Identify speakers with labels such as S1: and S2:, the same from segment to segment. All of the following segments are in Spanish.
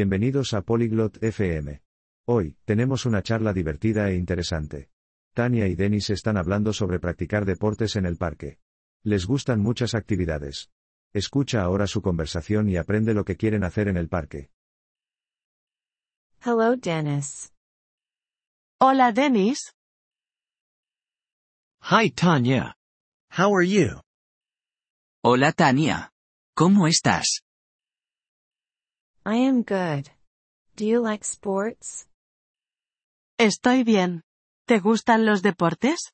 S1: Bienvenidos a Polyglot FM. Hoy, tenemos una charla divertida e interesante. Tania y Denis están hablando sobre practicar deportes en el parque. Les gustan muchas actividades. Escucha ahora su conversación y aprende lo que quieren hacer en el parque.
S2: Hello, Dennis.
S3: Hola, Dennis.
S4: Hi, Tanya. How are you?
S5: Hola, Tania. ¿Cómo estás?
S2: I am good. Do you like sports?
S3: Estoy bien. ¿Te gustan los deportes?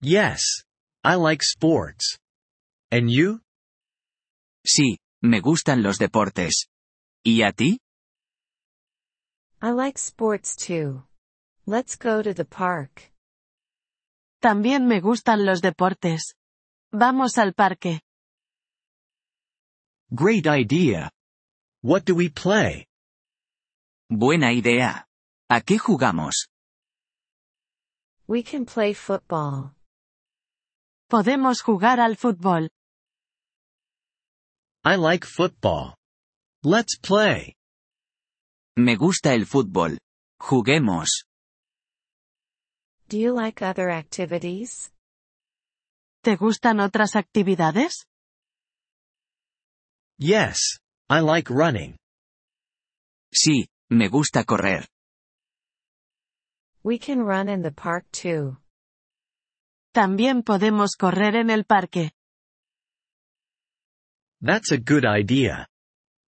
S4: Yes. I like sports. And you?
S5: Sí, me gustan los deportes. ¿Y a ti?
S2: I like sports too. Let's go to the park.
S3: También me gustan los deportes. Vamos al parque.
S4: Great idea. What do we play?
S5: Buena idea. ¿A qué jugamos?
S2: We can play football.
S3: Podemos jugar al fútbol.
S4: I like football. Let's play.
S5: Me gusta el fútbol. Juguemos.
S2: Do you like other activities?
S3: ¿Te gustan otras actividades?
S4: Yes. I like running.
S5: Sí, me gusta correr.
S2: We can run in the park too.
S3: También podemos correr en el parque.
S4: That's a good idea.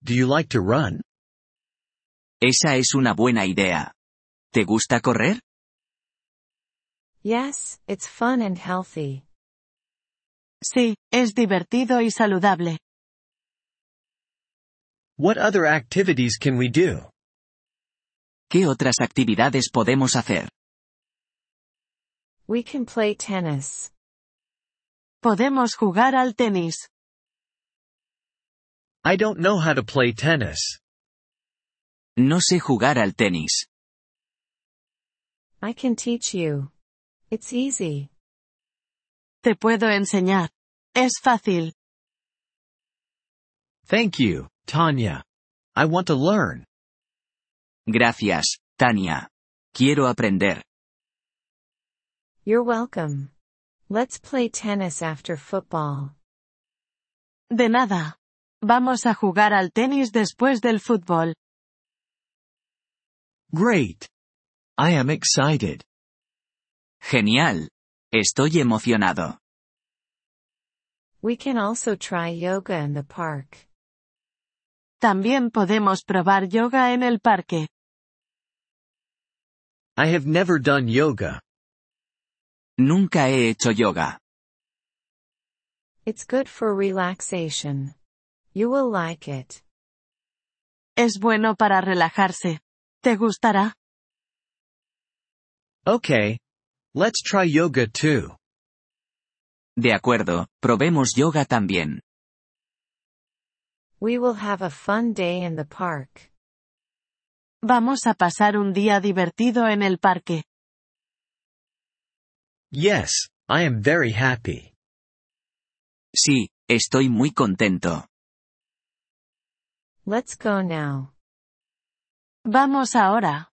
S4: Do you like to run?
S5: Esa es una buena idea. ¿Te gusta correr?
S2: Yes, it's fun and healthy.
S3: Sí, es divertido y saludable.
S4: What other activities can we do?
S5: ¿Qué otras actividades podemos hacer?
S2: We can play tennis.
S3: Podemos jugar al tenis.
S4: I don't know how to play tennis.
S5: No sé jugar al tenis.
S2: I can teach you. It's easy.
S3: Te puedo enseñar. Es fácil.
S4: Thank you, Tanya. I want to learn.
S5: Gracias, Tania. Quiero aprender.
S2: You're welcome. Let's play tennis after football.
S3: De nada. Vamos a jugar al tenis después del fútbol.
S4: Great. I am excited.
S5: Genial. Estoy emocionado.
S2: We can also try yoga in the park.
S3: También podemos probar yoga en el parque.
S4: I have never done yoga.
S5: Nunca he hecho yoga.
S2: It's good for relaxation. You will like it.
S3: Es bueno para relajarse. ¿Te gustará?
S4: Okay. Let's try yoga too.
S5: De acuerdo, probemos yoga también.
S2: We will have a fun day in the park.
S3: Vamos a pasar un día divertido en el parque.
S4: Yes, I am very happy.
S5: Sí, estoy muy contento.
S2: Let's go now.
S3: Vamos ahora.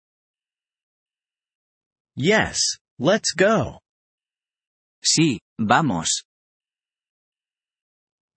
S4: Yes, let's go.
S5: Sí, vamos.